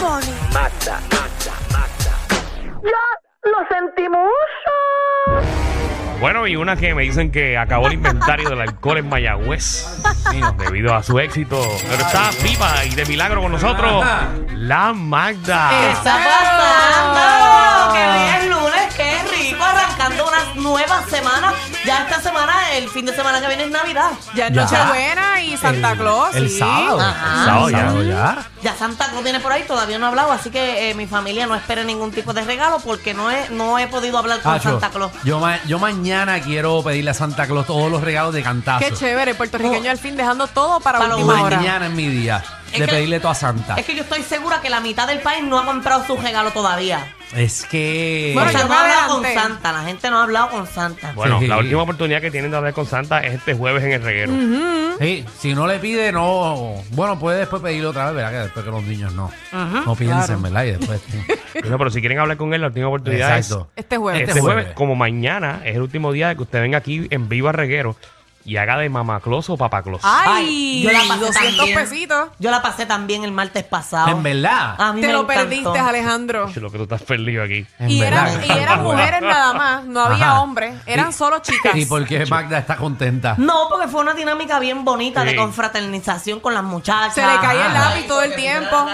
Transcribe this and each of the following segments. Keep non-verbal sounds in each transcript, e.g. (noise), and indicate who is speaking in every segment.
Speaker 1: Bunny.
Speaker 2: Mata, mata, mata.
Speaker 3: ¡Ya lo sentimos!
Speaker 2: Bueno, y una que me dicen que acabó el inventario del alcohol en Mayagüez debido a su éxito. Pero está viva y de milagro con nosotros, la Magda.
Speaker 4: está pasando? ¡Que hoy es lunes! ¡Qué rico! Arrancando una nueva semana. Ya esta semana, el fin de semana que viene es Navidad.
Speaker 1: Ya es Nochebuena y Santa Claus.
Speaker 5: El
Speaker 1: ¿Ah, sí. Ah,
Speaker 5: sábado.
Speaker 4: Ajá.
Speaker 5: El sábado ya. Ah, ya.
Speaker 4: Ya Santa Claus viene por ahí, todavía no he hablado, así que eh, mi familia no espere ningún tipo de regalo porque no he, no he podido hablar con
Speaker 5: Acho,
Speaker 4: Santa Claus.
Speaker 5: Ah, Yo, ma- yo mañana quiero pedirle a Santa Claus todos los regalos de cantazo.
Speaker 1: Qué chévere, el puertorriqueño al fin dejando todo para
Speaker 4: Para lo
Speaker 1: última hora.
Speaker 5: Mañana es mi día
Speaker 4: Es
Speaker 5: de
Speaker 4: que-
Speaker 5: pedirle todo a Santa.
Speaker 4: Es que yo estoy segura que la mitad del país no ha comprado su regalo todavía.
Speaker 5: Es que.
Speaker 4: o
Speaker 1: Bueno,
Speaker 4: sea,
Speaker 1: yo
Speaker 4: no ha hablado con
Speaker 1: adelanté.
Speaker 4: Santa, la gente no ha hablado con Santa.
Speaker 2: Bueno,
Speaker 5: Sí.
Speaker 2: la última oportunidad que tienen de hablar con Santa es este jueves en el reguero.
Speaker 5: Sí, si no le pide, no. Bueno, puede después pedirle otra vez, ¿verdad? Que después que los niños no. no piensen, ¿verdad? Y después.
Speaker 1: (laughs)
Speaker 2: No, pero si quieren hablar con él, la última oportunidad
Speaker 5: Exacto.
Speaker 1: Este
Speaker 2: es
Speaker 1: jueves.
Speaker 2: este
Speaker 5: Este
Speaker 2: jueves.
Speaker 5: jueves.
Speaker 2: Como mañana es el último día de que usted venga aquí en vivo a reguero y haga de mamaclos o papaclos.
Speaker 4: Ah.
Speaker 1: Ay,
Speaker 4: yo la pasé
Speaker 1: 200
Speaker 4: también.
Speaker 1: pesitos.
Speaker 4: Yo la pasé también el martes
Speaker 1: Ah,
Speaker 4: pasado.
Speaker 5: En verdad.
Speaker 4: A mí
Speaker 1: Te
Speaker 4: me
Speaker 1: lo
Speaker 4: encantó.
Speaker 1: perdiste, Alejandro.
Speaker 2: Lo que tú estás perdido aquí.
Speaker 5: En
Speaker 1: Y
Speaker 5: verdad,
Speaker 1: eran, y eran
Speaker 5: Santa Claus.
Speaker 1: mujeres nada más, no había
Speaker 5: Ajá.
Speaker 1: hombres, eran
Speaker 5: Y-
Speaker 1: solo chicas.
Speaker 5: (laughs) ¿Y por qué Magda está contenta?
Speaker 4: No, porque fue una dinámica bien bonita
Speaker 2: Sí.
Speaker 4: de confraternización con las muchachas.
Speaker 1: Se le caía el
Speaker 5: Ajá.
Speaker 1: lápiz todo el tiempo.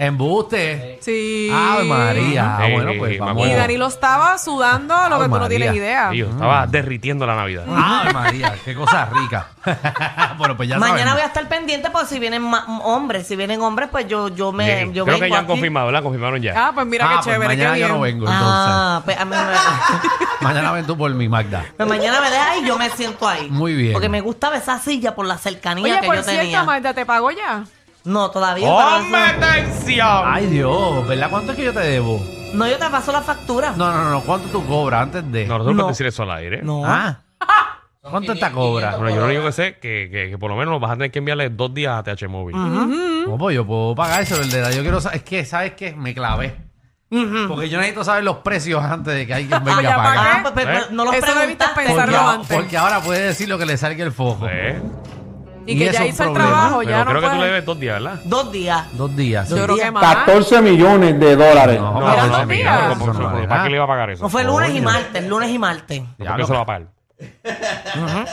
Speaker 5: Embuste.
Speaker 1: Sí.
Speaker 5: Ave María. Ah,
Speaker 2: Sí,
Speaker 5: bueno,
Speaker 2: sí,
Speaker 5: pues
Speaker 2: sí,
Speaker 5: vamos.
Speaker 1: Y Danilo estaba sudando lo que tú no
Speaker 5: María.
Speaker 1: tienes
Speaker 4: Ah.
Speaker 1: idea.
Speaker 2: Y yo estaba derritiendo la Navidad.
Speaker 5: Ave Ah, María, qué cosa rica. (laughs) bueno, pues ya
Speaker 4: Mañana voy
Speaker 5: saben.
Speaker 4: a estar pendiente porque si vienen ma- hombres, si vienen hombres, pues yo, yo me
Speaker 2: Bien.
Speaker 4: yo
Speaker 2: Creo
Speaker 4: vengo
Speaker 2: que ya han
Speaker 4: aquí.
Speaker 2: confirmado, ¿verdad? Confirmaron ya.
Speaker 1: Ah, pues mira
Speaker 5: Ah,
Speaker 1: qué
Speaker 5: pues
Speaker 1: chévere, qué
Speaker 5: mañana
Speaker 1: bien.
Speaker 5: yo no vengo, entonces.
Speaker 4: Ah, pues, a mí me-
Speaker 5: Mañana ven tú por mí, Magda.
Speaker 4: pues mañana me dejas y yo me siento ahí.
Speaker 5: Muy bien.
Speaker 4: Porque me gustaba esa silla por la cercanía
Speaker 1: Oye,
Speaker 4: que
Speaker 1: por
Speaker 4: yo
Speaker 1: cierto,
Speaker 4: tenía.
Speaker 1: Marta, ¿te pagó ya?
Speaker 4: No, todavía. pero
Speaker 2: ¡Hombre, atención!
Speaker 5: Ay, Dios, ¿verdad? ¿Cuánto es que yo te debo?
Speaker 4: eso- No, yo te paso la factura.
Speaker 5: No, no, no, no, ¿cuánto tú cobras antes de?
Speaker 2: No, nosotros no.
Speaker 4: No.
Speaker 2: decir eso al aire.
Speaker 4: No.
Speaker 5: Ah. ¿Cuánto te cobra?
Speaker 2: Bueno, yo lo único que sé es que, que, que por lo menos vas a tener que enviarle dos días a TH Móvil.
Speaker 5: No, pues yo puedo pagar eso, ¿verdad? Yo quiero saber, es que, ¿sabes qué? Me clavé. Porque yo necesito saber los precios antes de
Speaker 1: (laughs)
Speaker 5: que alguien venga
Speaker 1: Ya
Speaker 5: a pagar.
Speaker 4: Ah, pues, pues,
Speaker 2: ¿Eh?
Speaker 4: pues, no los
Speaker 1: Eso debiste
Speaker 4: preguntaste.
Speaker 1: pensar.
Speaker 5: Porque,
Speaker 1: Pensarlo
Speaker 5: a-
Speaker 1: antes.
Speaker 5: porque ahora puede decir lo que le salga el fojo.
Speaker 2: ¿Eh?
Speaker 1: Y,
Speaker 5: Y
Speaker 1: que
Speaker 5: eso
Speaker 1: ya
Speaker 5: es
Speaker 1: hizo el
Speaker 5: problema.
Speaker 1: trabajo,
Speaker 2: Pero
Speaker 1: Pues ya
Speaker 2: creo
Speaker 1: no
Speaker 2: que tú le
Speaker 1: puede.
Speaker 2: debes dos días, ¿verdad?
Speaker 4: Dos días.
Speaker 5: Dos días.
Speaker 1: Yo
Speaker 5: sí.
Speaker 1: creo que más.
Speaker 6: 14 millones de dólares.
Speaker 5: No,
Speaker 2: No,
Speaker 1: Pero
Speaker 2: no,
Speaker 1: dos
Speaker 2: no, no,
Speaker 1: días.
Speaker 2: no,
Speaker 5: Eso no
Speaker 2: no,
Speaker 5: vale
Speaker 2: ¿Para qué
Speaker 5: nada.
Speaker 2: le iba a pagar eso?
Speaker 4: No fue lunes y
Speaker 5: Coño.
Speaker 4: martes, lunes y martes.
Speaker 2: ¿Por qué se lo va a pagar?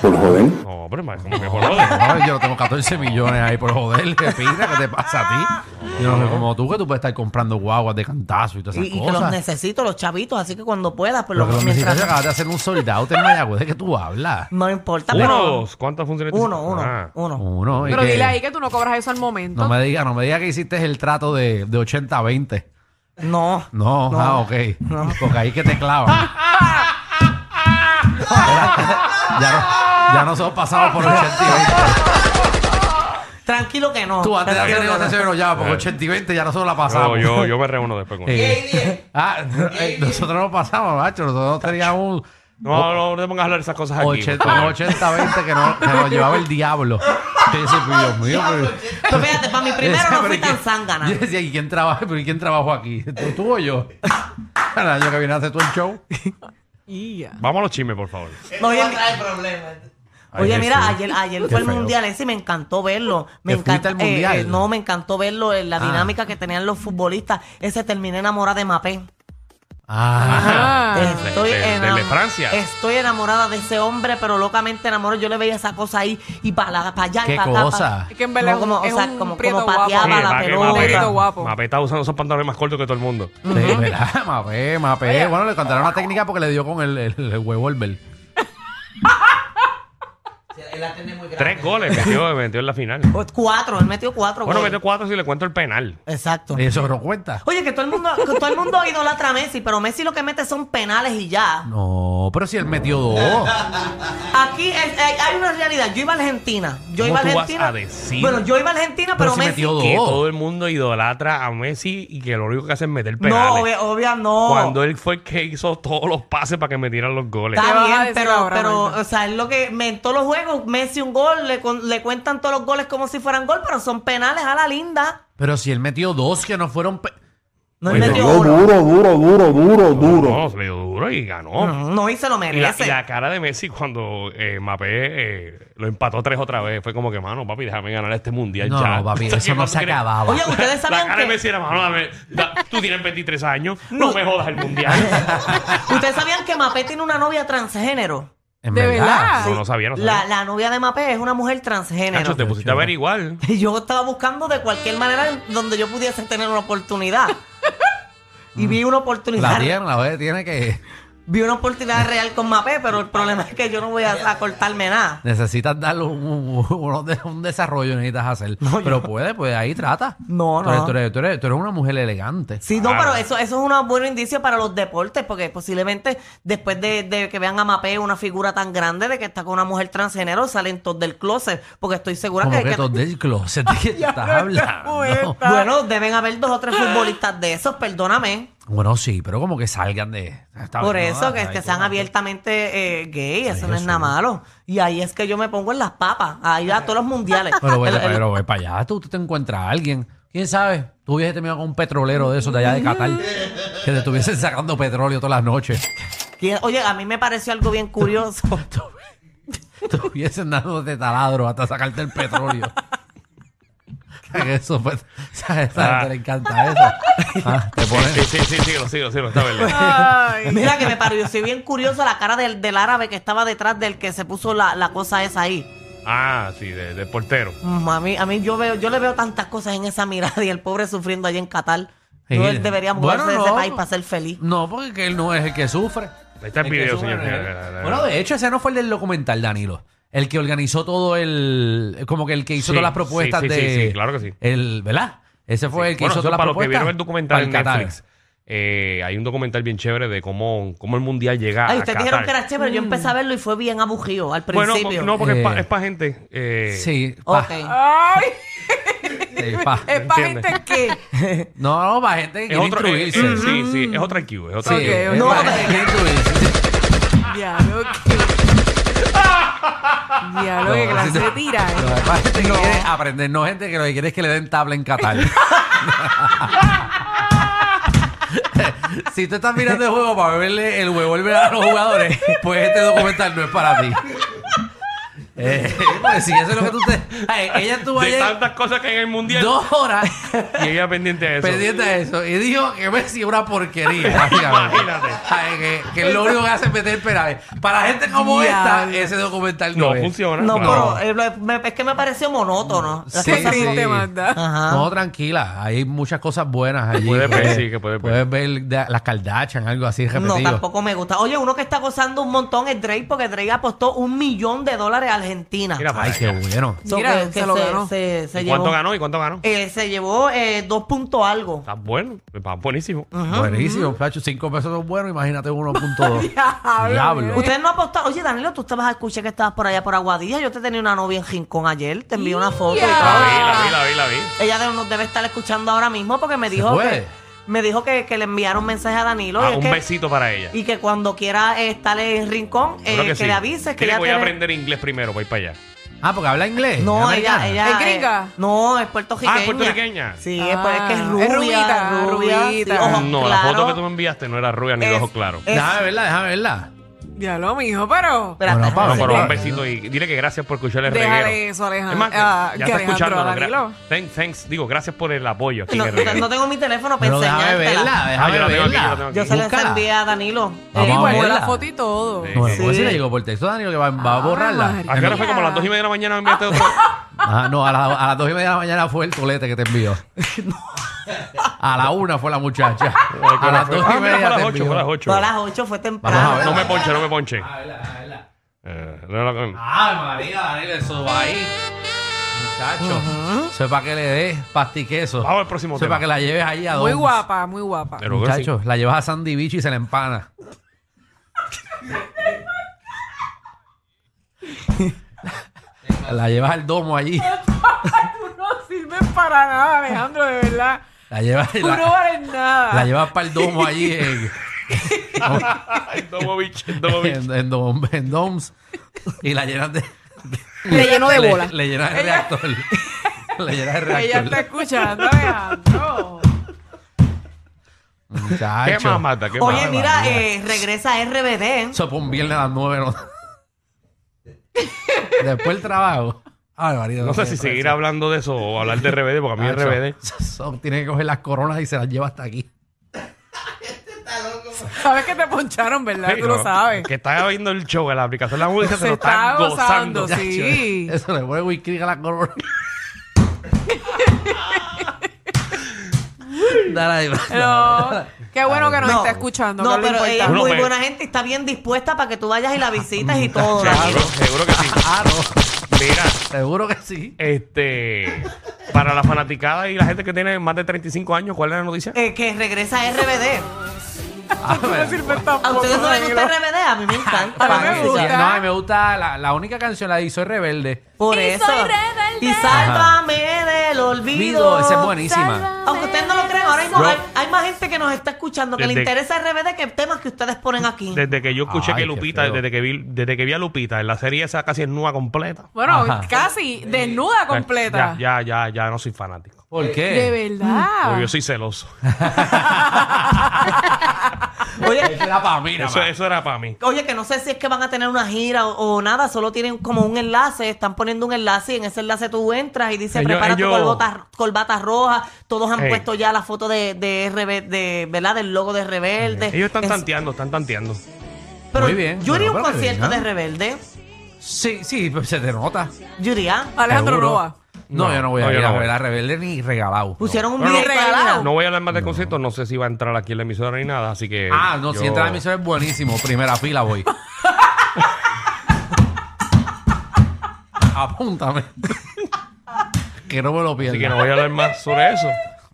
Speaker 6: Por joder.
Speaker 2: No, pero ma- como que por joder.
Speaker 5: No, yo tengo 14 millones ahí por joder, (laughs) que pira, ¿qué te pasa a ti? Yo no sé como tú, que tú puedes estar comprando guaguas de cantazo y todas
Speaker 4: Y,
Speaker 5: esas
Speaker 4: y que los
Speaker 5: cosas.
Speaker 4: necesito, los chavitos, así que cuando puedas, pues
Speaker 5: Pero que
Speaker 4: los
Speaker 5: los
Speaker 4: mientras.
Speaker 5: necesitas acabas de hacer un soldado en Mayagüez, ¿de qué tú hablas?
Speaker 4: No importa,
Speaker 2: Uno,
Speaker 4: pero.
Speaker 2: dos. ¿Cuántas funciones
Speaker 4: Uno, uno,
Speaker 2: Ah.
Speaker 4: uno.
Speaker 5: Uno, y
Speaker 1: Pero
Speaker 5: que-
Speaker 1: dile ahí que tú no cobras eso al momento.
Speaker 5: No me digas, no me digas que hiciste el trato de, de 80-20.
Speaker 4: No.
Speaker 5: No, ah, ok. Porque ahí que te clavan. ya, no, ya nosotros pasamos por 80 y 20.
Speaker 4: Tranquilo que no.
Speaker 5: Tú antes de
Speaker 4: Tranquilo
Speaker 5: hacer
Speaker 4: que no.
Speaker 5: negociación nos llama, porque 80 y 20 ya nosotros la
Speaker 2: Yo,
Speaker 5: pasamos.
Speaker 2: yo, yo me reúno después con él.
Speaker 5: Eh, ah, (laughs) eh, nosotros no pasamos, macho. Nosotros teníamos un
Speaker 2: No, no, no te pongas a hablar esas cosas aquí. por
Speaker 5: 80,
Speaker 2: favor.
Speaker 5: 80 20 que, no, que nos llevaba el diablo. Yo decía, pero Dios mío, pero-
Speaker 4: Pero fíjate,
Speaker 5: (laughs)
Speaker 4: para mi primero
Speaker 5: Ese,
Speaker 4: no
Speaker 5: pero
Speaker 4: fui tan
Speaker 5: ¿quién-
Speaker 4: zángana.
Speaker 5: Yo decía, ¿y quién trabaja? ¿Pero ¿y quién trabajó aquí? ¿Tú, tú o yo? El año que viene haces tú el show.
Speaker 1: Y ya.
Speaker 2: Vamos a los chismes, por favor.
Speaker 4: No, oye, Oye,
Speaker 5: Ay,
Speaker 4: mira,
Speaker 5: sí.
Speaker 4: ayer, ayer
Speaker 5: Qué
Speaker 4: fue el
Speaker 5: feo.
Speaker 4: mundial ese y me encantó verlo. Me
Speaker 5: ¿Te
Speaker 4: encantó.
Speaker 5: fuiste al Mundial?
Speaker 4: no, me encantó verlo en la
Speaker 5: Ah.
Speaker 4: dinámica que tenían los futbolistas. Ese terminé enamorada de Mapé.
Speaker 1: Ah,
Speaker 5: Ah,
Speaker 2: De-
Speaker 4: Estoy
Speaker 2: de- del de
Speaker 4: enam-
Speaker 2: Francia.
Speaker 4: Estoy enamorada de ese hombre, pero locamente enamorada. Yo le veía esa cosa ahí y para allá
Speaker 5: qué
Speaker 4: y para acá.
Speaker 5: cosa.
Speaker 4: pa-
Speaker 1: Es que en verdad
Speaker 4: No, como,
Speaker 1: es
Speaker 4: o sea,
Speaker 1: un
Speaker 4: como,
Speaker 1: prieto
Speaker 4: como
Speaker 1: guapo.
Speaker 2: Sí,
Speaker 4: pateaba la
Speaker 2: va que
Speaker 4: pelota.
Speaker 1: Mape- guapo.
Speaker 2: Mape está usando esos pantalones más cortos que todo el mundo.
Speaker 5: De verdad, mapé, mapé.
Speaker 1: Oye.
Speaker 5: Bueno, le contaron una técnica porque le dio con el, el, el huevolver.
Speaker 2: Tres goles
Speaker 4: (laughs)
Speaker 2: metió, metió en la final.
Speaker 4: O Pues Cuatro, él metió cuatro.
Speaker 2: Bueno,
Speaker 4: goles.
Speaker 2: metió Eh. cuatro si le cuento el penal.
Speaker 4: Exacto.
Speaker 5: ¿Eso no cuenta?
Speaker 4: Oye, que todo el mundo, que todo el mundo idolatra a Messi, pero Messi lo que mete son penales y ya.
Speaker 5: No, pero si él metió dos.
Speaker 4: Aquí es- hay, hay una realidad. Yo iba a Argentina. Yo
Speaker 2: ¿Cómo
Speaker 4: iba a
Speaker 2: tú vas
Speaker 4: Argentina.
Speaker 2: a decir?
Speaker 4: Bueno, yo iba a Argentina,
Speaker 5: Pero
Speaker 4: pero,
Speaker 5: si
Speaker 4: Messi.
Speaker 5: metió dos.
Speaker 2: Que todo el mundo idolatra a Messi y que lo único que hace es meter
Speaker 4: no,
Speaker 2: penales.
Speaker 4: obvia, obvia, no.
Speaker 2: Cuando él fue el que hizo todos los pases para que metieran los goles.
Speaker 1: ¿Qué
Speaker 4: Está
Speaker 1: vas a
Speaker 4: bien,
Speaker 1: decir
Speaker 4: pero,
Speaker 1: ahora,
Speaker 4: pero
Speaker 1: Magda?
Speaker 4: o sea, es lo que me- en todos los juegos, Messi un gol, le, con- le cuentan todos los goles como si fueran gol, pero son penales a la linda.
Speaker 5: Pero si él metió dos que no fueron. pe-
Speaker 4: No
Speaker 2: Oye,
Speaker 4: es
Speaker 6: Le
Speaker 4: metió
Speaker 6: dio
Speaker 4: uno.
Speaker 6: duro, duro, duro, duro, duro.
Speaker 2: No, se le dio duro y ganó.
Speaker 4: No, y se lo
Speaker 2: Y la,
Speaker 4: merece.
Speaker 2: y la cara de Messi cuando eh, Mbappé eh, lo empató tres otra vez fue como que, mano, papi, déjame ganar este mundial
Speaker 5: No,
Speaker 2: ya. (laughs)
Speaker 5: no, papi, eso no se acababa.
Speaker 4: Oye, ustedes
Speaker 2: La
Speaker 4: sabían
Speaker 2: cara de
Speaker 4: que...
Speaker 2: Messi era, mano, dame- da- tú tienes 23 años, no me jodas el mundial.
Speaker 4: (laughs) Ustedes sabían que Mapé tiene una novia transgénero.
Speaker 5: En
Speaker 1: ¿De
Speaker 5: verdad.
Speaker 1: verdad?
Speaker 2: no, no sabía, no
Speaker 4: La,
Speaker 2: sabía.
Speaker 4: la novia de Mapé es una mujer transgénero.
Speaker 2: Nacho, te pusiste a ver igual.
Speaker 4: (laughs) Yo estaba buscando de cualquier manera en donde yo pudiese tener una oportunidad. Y vi una
Speaker 5: La
Speaker 4: oportunidad.
Speaker 5: tiene, la ve, tiene que.
Speaker 4: (laughs)
Speaker 5: (laughs)
Speaker 4: Vi una oportunidad real con Mapé, pero el problema es que yo no voy a, a cortarme nada.
Speaker 5: Necesitas darle un, un- uno de- un desarrollo, necesitas hacer. pero puede, pues ahí trata.
Speaker 4: No,
Speaker 5: Tú eres,
Speaker 4: no.
Speaker 5: tú eres- tú eres- tú eres una mujer elegante.
Speaker 4: Sí, no,
Speaker 2: Claro.
Speaker 4: pero eso, eso es un buen indicio para los deportes, porque posiblemente después de, de que vean a Mapé una figura tan grande de que está con una mujer transgénero, salen todos del closet, porque estoy segura
Speaker 5: Como
Speaker 4: que,
Speaker 5: que,
Speaker 4: que-
Speaker 5: todo del closet. ¿De
Speaker 4: (laughs)
Speaker 5: qué tú estás hablando?
Speaker 4: Bueno, deben haber dos o tres futbolistas de esos, perdóname.
Speaker 5: Bueno, sí, pero como que salgan de. está
Speaker 4: Por
Speaker 5: bien,
Speaker 4: eso,
Speaker 5: ¿no?
Speaker 4: que,
Speaker 5: Ay,
Speaker 4: que
Speaker 5: tú,
Speaker 4: sean
Speaker 5: no.
Speaker 4: abiertamente eh, gay, eso
Speaker 5: Ay,
Speaker 4: no es
Speaker 5: Jesús.
Speaker 4: nada malo. Y ahí es que yo me pongo en las papas, ahí a todos los mundiales.
Speaker 5: (laughs) Pero
Speaker 4: (laughs)
Speaker 5: vete,
Speaker 4: El- el-
Speaker 5: pero ve para allá, tú, tú te encuentras a alguien. ¿Quién sabe? Tú hubieses terminado con un petrolero de esos de allá de Qatar. que te estuviesen sacando petróleo todas las noches.
Speaker 4: que- Oye, a mí me pareció algo bien curioso.
Speaker 5: (laughs) Te hubiesen dado de taladro hasta sacarte
Speaker 2: (laughs)
Speaker 5: el petróleo. Que eso, pues, ¿sabes?
Speaker 2: Ah.
Speaker 5: Te le encanta eso. Ah, te
Speaker 2: Sí,
Speaker 5: pones.
Speaker 2: sí, sí, sí, lo sigo, sigo, está verdad.
Speaker 1: Ay.
Speaker 4: (laughs) Mira que me pareció bien curiosa la cara del, del árabe que estaba detrás del que se puso la, la cosa esa ahí.
Speaker 2: Ah, sí, de, de portero.
Speaker 4: Mm, A mí, a mí yo, veo, yo le veo tantas cosas en esa mirada y el pobre sufriendo allí en Qatar.
Speaker 5: Sí.
Speaker 4: No, él debería mudarse
Speaker 5: Bueno,
Speaker 4: de ese
Speaker 5: no.
Speaker 4: país para ser feliz.
Speaker 5: No, porque que él no es el que sufre.
Speaker 2: Ahí está el
Speaker 5: que
Speaker 2: video,
Speaker 5: sufre
Speaker 2: señor.
Speaker 5: no es él.
Speaker 2: Mira, mira, mira.
Speaker 5: Bueno, de hecho, ese no fue el del documental, Danilo. El que organizó todo el. Como que el que hizo
Speaker 2: Sí,
Speaker 5: todas las
Speaker 2: sí,
Speaker 5: propuestas
Speaker 2: sí, sí,
Speaker 5: de.
Speaker 2: sí, claro que sí.
Speaker 5: El, ¿Verdad? Ese fue el que
Speaker 2: Bueno,
Speaker 5: hizo
Speaker 2: eso
Speaker 5: todas las
Speaker 2: para los que
Speaker 5: propuestas.
Speaker 2: vieron el documental en
Speaker 5: para el Qatar.
Speaker 2: Netflix, eh, hay un documental bien chévere de cómo, cómo el mundial
Speaker 5: Ah,
Speaker 2: llega
Speaker 4: Ay,
Speaker 2: a
Speaker 4: ustedes dijeron
Speaker 2: Qatar.
Speaker 4: que era chévere,
Speaker 5: Mm.
Speaker 4: yo empecé a verlo y fue bien abujío al
Speaker 2: Bueno,
Speaker 4: principio.
Speaker 2: no, porque es
Speaker 5: Eh.
Speaker 2: para gente. eh,
Speaker 5: Sí. pa-
Speaker 4: Ok.
Speaker 1: Ay.
Speaker 5: sí,
Speaker 2: (laughs)
Speaker 5: pa-
Speaker 1: Es para
Speaker 2: entiendes?
Speaker 1: gente
Speaker 5: (laughs)
Speaker 1: que.
Speaker 5: No, para gente que
Speaker 2: Es
Speaker 5: quiere
Speaker 2: otro, eh, eh,
Speaker 5: instruirse.
Speaker 2: sí, sí,
Speaker 4: Mm.
Speaker 2: es otra IQ, es otra
Speaker 1: Sí.
Speaker 2: IQ.
Speaker 1: Ok, ok.
Speaker 5: no,
Speaker 4: No,
Speaker 5: para gente que quiere (laughs) instruirse.
Speaker 1: Diablo que. Diablo que
Speaker 5: No,
Speaker 1: clase
Speaker 5: no.
Speaker 1: de tira. ¿eh?
Speaker 5: No, es para gente que quiere aprender, no gente que lo que quiere es que le den tabla
Speaker 1: (laughs)
Speaker 5: en Qatar. si tú estás mirando el juego para verle el huevo el verano a los jugadores, pues este documental no es para ti. Eh, pues si eso es lo que tú te. Ay, ella estuvo
Speaker 2: De
Speaker 5: ayer
Speaker 2: tantas cosas que hay en el mundial.
Speaker 5: dos horas
Speaker 2: Y ella pendiente de eso.
Speaker 5: pendiente de eso y dijo que Messi es una porquería. básicamente.
Speaker 2: (laughs) Imagínate.
Speaker 5: Ay, que, que lo único que hace es meter penales. Para gente como esta,
Speaker 1: Diablo.
Speaker 5: ese documental no,
Speaker 2: No
Speaker 5: es.
Speaker 2: funciona.
Speaker 4: No,
Speaker 2: claro.
Speaker 4: pero eh, lo- me- es que me pareció monótono. Las
Speaker 5: Sí,
Speaker 1: Qué
Speaker 4: cosas-
Speaker 1: triste,
Speaker 5: sí.
Speaker 1: Magda.
Speaker 4: Ajá.
Speaker 5: No, tranquila. Hay muchas cosas buenas allí.
Speaker 2: Puedes ver, sí, que puedes ver.
Speaker 5: ver de- las Kardashian, algo así repetido.
Speaker 4: No, tampoco me gusta. Oye, uno que está gozando un montón es Drake, porque Drake apostó un millón de dólares a Argentina.
Speaker 2: Mira,
Speaker 5: Ay, qué bueno.
Speaker 4: So
Speaker 1: Mira,
Speaker 4: que-
Speaker 1: se
Speaker 4: que
Speaker 1: lo ganó.
Speaker 4: Se, se
Speaker 2: ¿Y
Speaker 4: llevó,
Speaker 2: ¿Cuánto ganó y cuánto ganó?
Speaker 4: eh, se llevó eh, dos puntos algo.
Speaker 2: Está bueno, está buenísimo.
Speaker 5: Buenísimo, Pacho. Cinco pesos son buenos,
Speaker 4: (laughs)
Speaker 5: imagínate 1.2. Diablo.
Speaker 4: Ustedes no apostaron. Oye, Danilo, tú estabas a escuchar que estabas por allá por Aguadilla. Yo te tenía una novia en Rincón ayer. Te envié una foto y
Speaker 2: La vi,
Speaker 4: todo.
Speaker 2: la vi, la vi, la vi.
Speaker 4: Ella de- nos debe estar escuchando ahora mismo porque me
Speaker 5: ¿Se
Speaker 4: dijo
Speaker 5: fue?
Speaker 4: que, me dijo que, que le enviaron mensaje a Danilo.
Speaker 2: Ah,
Speaker 4: y es
Speaker 2: un
Speaker 4: que-
Speaker 2: besito para ella.
Speaker 4: Y que cuando quiera eh, estar en Rincón, eh,
Speaker 2: Creo
Speaker 4: que,
Speaker 2: sí.
Speaker 4: le avises que
Speaker 2: Dile
Speaker 4: ya
Speaker 2: voy a
Speaker 4: te-
Speaker 2: aprender inglés primero para ir para allá.
Speaker 5: Ah, porque habla inglés.
Speaker 4: No, ella,
Speaker 5: americana.
Speaker 4: ella.
Speaker 1: ¿Es gringa?
Speaker 4: eh, no, es puertorriqueña.
Speaker 2: Ah, ¿es puertorriqueña?
Speaker 4: Sí,
Speaker 1: Ah,
Speaker 4: es, pues, es que es
Speaker 1: es
Speaker 4: rubia.
Speaker 1: rubita,
Speaker 4: rubia,
Speaker 1: rubita.
Speaker 4: sí, ojos
Speaker 2: Mm, No, la
Speaker 4: claros.
Speaker 2: foto que tú me enviaste no era rubia ni de
Speaker 4: Es-
Speaker 2: ojos claros.
Speaker 4: es-
Speaker 5: Déjame verla, déjame
Speaker 4: Pues
Speaker 5: verla.
Speaker 1: Diablo, mijo, pero.
Speaker 4: Espérate,
Speaker 5: Bueno,
Speaker 4: déjame
Speaker 5: Pablo,
Speaker 2: No,
Speaker 4: ver.
Speaker 2: pero un
Speaker 5: sí.
Speaker 2: besito y dile que gracias por escuchar el
Speaker 1: Déjale
Speaker 2: reguero.
Speaker 1: eso, Alejandro.
Speaker 2: Es más, que
Speaker 1: Ah,
Speaker 2: ya
Speaker 1: que
Speaker 2: está
Speaker 1: Alejandro
Speaker 2: escuchando.
Speaker 1: haga Danilo.
Speaker 2: Thanks, thanks. Digo, gracias por el apoyo aquí en
Speaker 4: no,
Speaker 2: el reguero.
Speaker 4: no tengo mi teléfono para
Speaker 5: Pero déjame
Speaker 4: enseñártela.
Speaker 5: verla,
Speaker 2: Ah,
Speaker 5: déjame
Speaker 2: yo la tengo aquí, yo la
Speaker 5: verla.
Speaker 2: tengo aquí.
Speaker 4: Yo se las
Speaker 5: Búscala.
Speaker 4: envié a Danilo.
Speaker 5: Vamos
Speaker 1: Sí,
Speaker 5: a
Speaker 1: guardó
Speaker 5: verla.
Speaker 1: la foto y todo.
Speaker 2: Sí.
Speaker 5: No, me puedo
Speaker 4: Sí.
Speaker 5: decir, le llegó pues por texto Danilo que va, va a
Speaker 1: Ah,
Speaker 5: borrarla.
Speaker 1: María.
Speaker 2: ¿A qué hora fue como a las dos y media de la mañana me enviaste otro?
Speaker 5: Ajá, no, a, la- a las dos y media de la mañana fue el tolete que te (laughs) envió. A la una fue la (laughs) muchacha. A las dos
Speaker 2: Ah, mira,
Speaker 5: y media
Speaker 2: fue a las
Speaker 5: te
Speaker 2: ocho, fue a
Speaker 5: envió.
Speaker 2: las ocho.
Speaker 4: Todas las 8 fue
Speaker 5: Vamos a
Speaker 4: temprano.
Speaker 5: ver.
Speaker 2: No me ponche, no me ponche. Eh, no, no, no.
Speaker 5: Ay, Ah, María, Danilo, eso va ahí. Muchacho. Eso es para que le des pastiqueso.
Speaker 2: Vamos al próximo
Speaker 5: Eso es
Speaker 2: tema.
Speaker 5: para que la lleves allí a
Speaker 1: Muy
Speaker 5: Don's.
Speaker 1: guapa, muy guapa. (laughs)
Speaker 2: Pero creo que sí.
Speaker 5: Muchacho, la llevas a Sandy Beach y se la empana. (laughs) la llevas al domo allí.
Speaker 1: Tú no sirves para nada, Alejandro, de verdad.
Speaker 2: (laughs)
Speaker 5: La llevas,
Speaker 1: Tú no
Speaker 5: la,
Speaker 1: vales nada.
Speaker 5: la llevas para el domo allí en,
Speaker 2: El Domovich, el (laughs) Domovich.
Speaker 5: en, en Dom- en Doms. Y la llenas de.
Speaker 1: Le lleno de
Speaker 5: le-
Speaker 1: bola.
Speaker 5: Le, llenas el reactor. (laughs) le llenas el
Speaker 1: Ella
Speaker 5: reactor.
Speaker 1: está escuchando, Alejandro.
Speaker 2: ¿Qué
Speaker 5: Muchacho.
Speaker 2: más mata? ¿Qué
Speaker 4: Oye,
Speaker 2: más?
Speaker 4: mira, eh, regresa RBD.
Speaker 5: Eso fue un viernes a las nueve. ¿no? Después el trabajo. Ay, María,
Speaker 2: No sé
Speaker 5: tiene
Speaker 2: si
Speaker 5: precio.
Speaker 2: seguir hablando de eso o hablar de RBD, porque a mí
Speaker 5: Nacho, (laughs)
Speaker 2: RBD.
Speaker 5: eso tiene que coger las coronas y se las lleva
Speaker 1: (laughs)
Speaker 5: hasta aquí.
Speaker 1: Sabes que te poncharon, ¿verdad?
Speaker 2: Sí,
Speaker 1: Tú lo
Speaker 2: no,
Speaker 1: sabes.
Speaker 2: Que está viendo el show de la aplicación de la música, se,
Speaker 1: Se
Speaker 2: lo está
Speaker 1: está gozando,
Speaker 2: gozando.
Speaker 1: Oh, sí.
Speaker 5: Nacho, Eso le vuelve whisky a la
Speaker 1: (laughs)
Speaker 5: corona. Dale ahí,
Speaker 1: No. Qué bueno que nos
Speaker 4: No,
Speaker 1: está escuchando.
Speaker 4: No,
Speaker 1: que es lo
Speaker 4: pero ella es
Speaker 2: Uno
Speaker 1: importante.
Speaker 4: muy
Speaker 2: me-
Speaker 4: buena gente y está bien dispuesta para que tú vayas y
Speaker 5: (laughs)
Speaker 4: la visitas y todo.
Speaker 2: Seguro,
Speaker 4: Danilo.
Speaker 2: seguro que sí.
Speaker 5: Ah, no.
Speaker 2: Mira,
Speaker 5: Seguro que
Speaker 2: (laughs)
Speaker 5: sí.
Speaker 2: este. Para la fanaticada y la gente que tiene más de 35 años, ¿cuál es la noticia?
Speaker 4: Eh, que regresa RBD.
Speaker 5: A ver.
Speaker 1: Sirve tampoco,
Speaker 4: ¿A ustedes no les gusta
Speaker 1: Danilo.
Speaker 4: RBD? A mí me
Speaker 5: Ah,
Speaker 4: encanta.
Speaker 1: A mí me
Speaker 4: la música.
Speaker 1: gusta.
Speaker 5: No, a mí me gusta la, la única canción, la de Soy Rebelde.
Speaker 4: Por
Speaker 7: Y
Speaker 4: eso.
Speaker 7: soy rebelde.
Speaker 4: Y sálvame del olvido.
Speaker 5: Vido, esa es buenísima.
Speaker 4: Aunque ustedes no lo crean, ahora mismo
Speaker 5: Yo-
Speaker 4: hay, hay más gente que nos está escuchando que le
Speaker 2: Desde-
Speaker 4: interesa RBD que temas que ustedes ponen aquí.
Speaker 2: Desde que yo escuché
Speaker 5: Ay,
Speaker 2: que
Speaker 5: qué
Speaker 2: Lupita,
Speaker 5: feo.
Speaker 2: desde que, vi, desde que vi a Lupita en la serie esa casi es nueva completa.
Speaker 1: Bueno,
Speaker 5: Ajá.
Speaker 1: casi desnuda completa. Ah.
Speaker 2: Ya, ya, ya, ya no soy fanático.
Speaker 5: ¿Por
Speaker 1: De
Speaker 5: qué?
Speaker 1: verdad.
Speaker 2: Porque yo soy celoso.
Speaker 4: Oye,
Speaker 5: Era para mí, nada
Speaker 2: Eso,
Speaker 5: más.
Speaker 2: eso era para mí.
Speaker 4: Oye, que no sé si es que van a tener una gira o, o nada, solo tienen como un enlace, están poniendo un enlace y en ese enlace tú entras y dice,
Speaker 2: Ellos-
Speaker 4: prepara
Speaker 2: ellos-
Speaker 4: tu corbata, corbata roja, todos han
Speaker 2: Ey.
Speaker 4: puesto ya la foto de, de, RB de ¿verdad? Del logo de Rebelde.
Speaker 2: Ellos están
Speaker 4: Es-
Speaker 2: tanteando, están tanteando.
Speaker 4: Pero
Speaker 5: Muy bien,
Speaker 4: Yo iría a un
Speaker 5: bueno, pero que
Speaker 4: concierto de
Speaker 5: vengan.
Speaker 4: Rebelde,
Speaker 5: Sí, sí, pues se te nota.
Speaker 4: yo iría.
Speaker 1: Alejandro
Speaker 5: Seguro.
Speaker 1: Roa.
Speaker 5: No,
Speaker 2: No,
Speaker 5: yo no voy a
Speaker 2: no, yo
Speaker 5: ir
Speaker 2: no
Speaker 5: a
Speaker 2: voy.
Speaker 5: ver a Rebelde ni regalado.
Speaker 4: Pusieron un
Speaker 1: Pero no-
Speaker 4: video
Speaker 1: regalado.
Speaker 2: No voy a hablar más del concierto, no sé si va a entrar aquí en la emisora ni nada, así que.
Speaker 5: Ah, no,
Speaker 2: yo-
Speaker 5: si entra a la emisora es buenísimo. Primera
Speaker 2: (laughs)
Speaker 5: fila voy. Apúntame. que no me lo pierda.
Speaker 2: Así que no voy a hablar más sobre eso.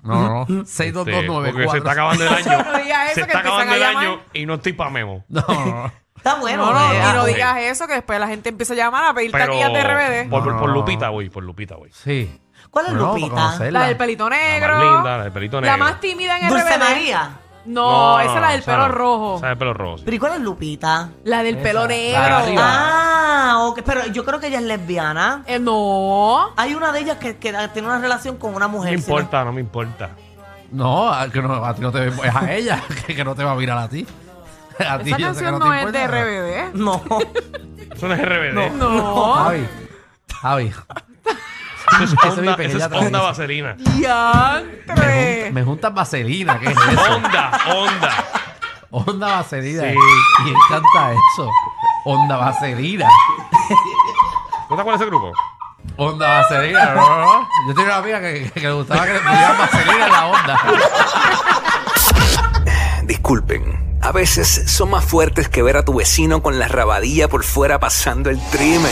Speaker 5: No, no, no.
Speaker 2: Este, porque se está
Speaker 5: 62294.
Speaker 2: acabando el año.
Speaker 1: (laughs) No digas eso,
Speaker 2: se
Speaker 1: que
Speaker 2: está
Speaker 1: empiezan
Speaker 2: acabando
Speaker 1: a
Speaker 2: el
Speaker 1: llamar.
Speaker 2: año y no estoy para memo.
Speaker 5: No, no, no.
Speaker 4: Está bueno.
Speaker 1: No, no,
Speaker 4: eh,
Speaker 1: y no
Speaker 4: ah,
Speaker 2: diga-
Speaker 1: digas eso, que después la gente empieza a llamar a pedir
Speaker 2: Pero
Speaker 1: taquillas de RBD.
Speaker 2: Por,
Speaker 5: No, no,
Speaker 2: por
Speaker 5: no.
Speaker 2: Lupita voy, por Lupita voy.
Speaker 5: Sí.
Speaker 4: ¿Cuál es
Speaker 5: No, para
Speaker 4: Lupita?
Speaker 5: conocerla.
Speaker 1: La del pelito negro.
Speaker 2: linda, la del pelito
Speaker 1: La
Speaker 2: negro.
Speaker 1: más tímida en
Speaker 4: Dulce
Speaker 1: RBD.
Speaker 4: María.
Speaker 1: No, esa es la del
Speaker 2: esa
Speaker 1: pelo
Speaker 2: no.
Speaker 1: rojo.
Speaker 2: Esa es el pelo rojo. sí.
Speaker 4: ¿Pero y cuál es Lupita?
Speaker 1: La del pelo negro.
Speaker 5: la de arriba.
Speaker 4: Ah, ok, pero yo creo que ella es lesbiana.
Speaker 1: Eh, no.
Speaker 4: Hay una de ellas que, que tiene una relación con una
Speaker 2: No me
Speaker 4: mujer. si no-
Speaker 2: importa, no me importa.
Speaker 5: No, a- que no, a ti no te es a ella, (laughs) que, que no te va a mirar a ti. A ti yo
Speaker 1: Esa
Speaker 5: sé que
Speaker 1: canción
Speaker 5: te
Speaker 1: no es
Speaker 5: importa.
Speaker 1: de
Speaker 4: (laughs)
Speaker 1: RBD.
Speaker 4: No.
Speaker 2: Eso no es ¿eh?
Speaker 1: (laughs)
Speaker 2: RBD.
Speaker 1: No.
Speaker 5: Javi. Javi.
Speaker 2: Eso
Speaker 5: Esa
Speaker 2: es
Speaker 5: es
Speaker 2: onda,
Speaker 5: mi
Speaker 2: eso
Speaker 5: pequeña
Speaker 2: es onda
Speaker 5: tradición.
Speaker 2: vaselina.
Speaker 5: Me,
Speaker 1: Diantre.
Speaker 5: jun- me juntas vaselina, ¿qué es
Speaker 1: (laughs)
Speaker 5: eso?
Speaker 2: Onda, onda.
Speaker 5: Onda vaselina.
Speaker 2: Sí.
Speaker 5: Y encanta eso. Onda vaselina.
Speaker 2: ¿No te acuerdas de ese grupo?
Speaker 5: Onda vaselina, no, no, no. Yo tenía una amiga que, que le gustaba que le pusieran vaselina en la onda.
Speaker 8: Disculpen, a veces son más fuertes que ver a tu vecino con la rabadilla por fuera pasando el trimen.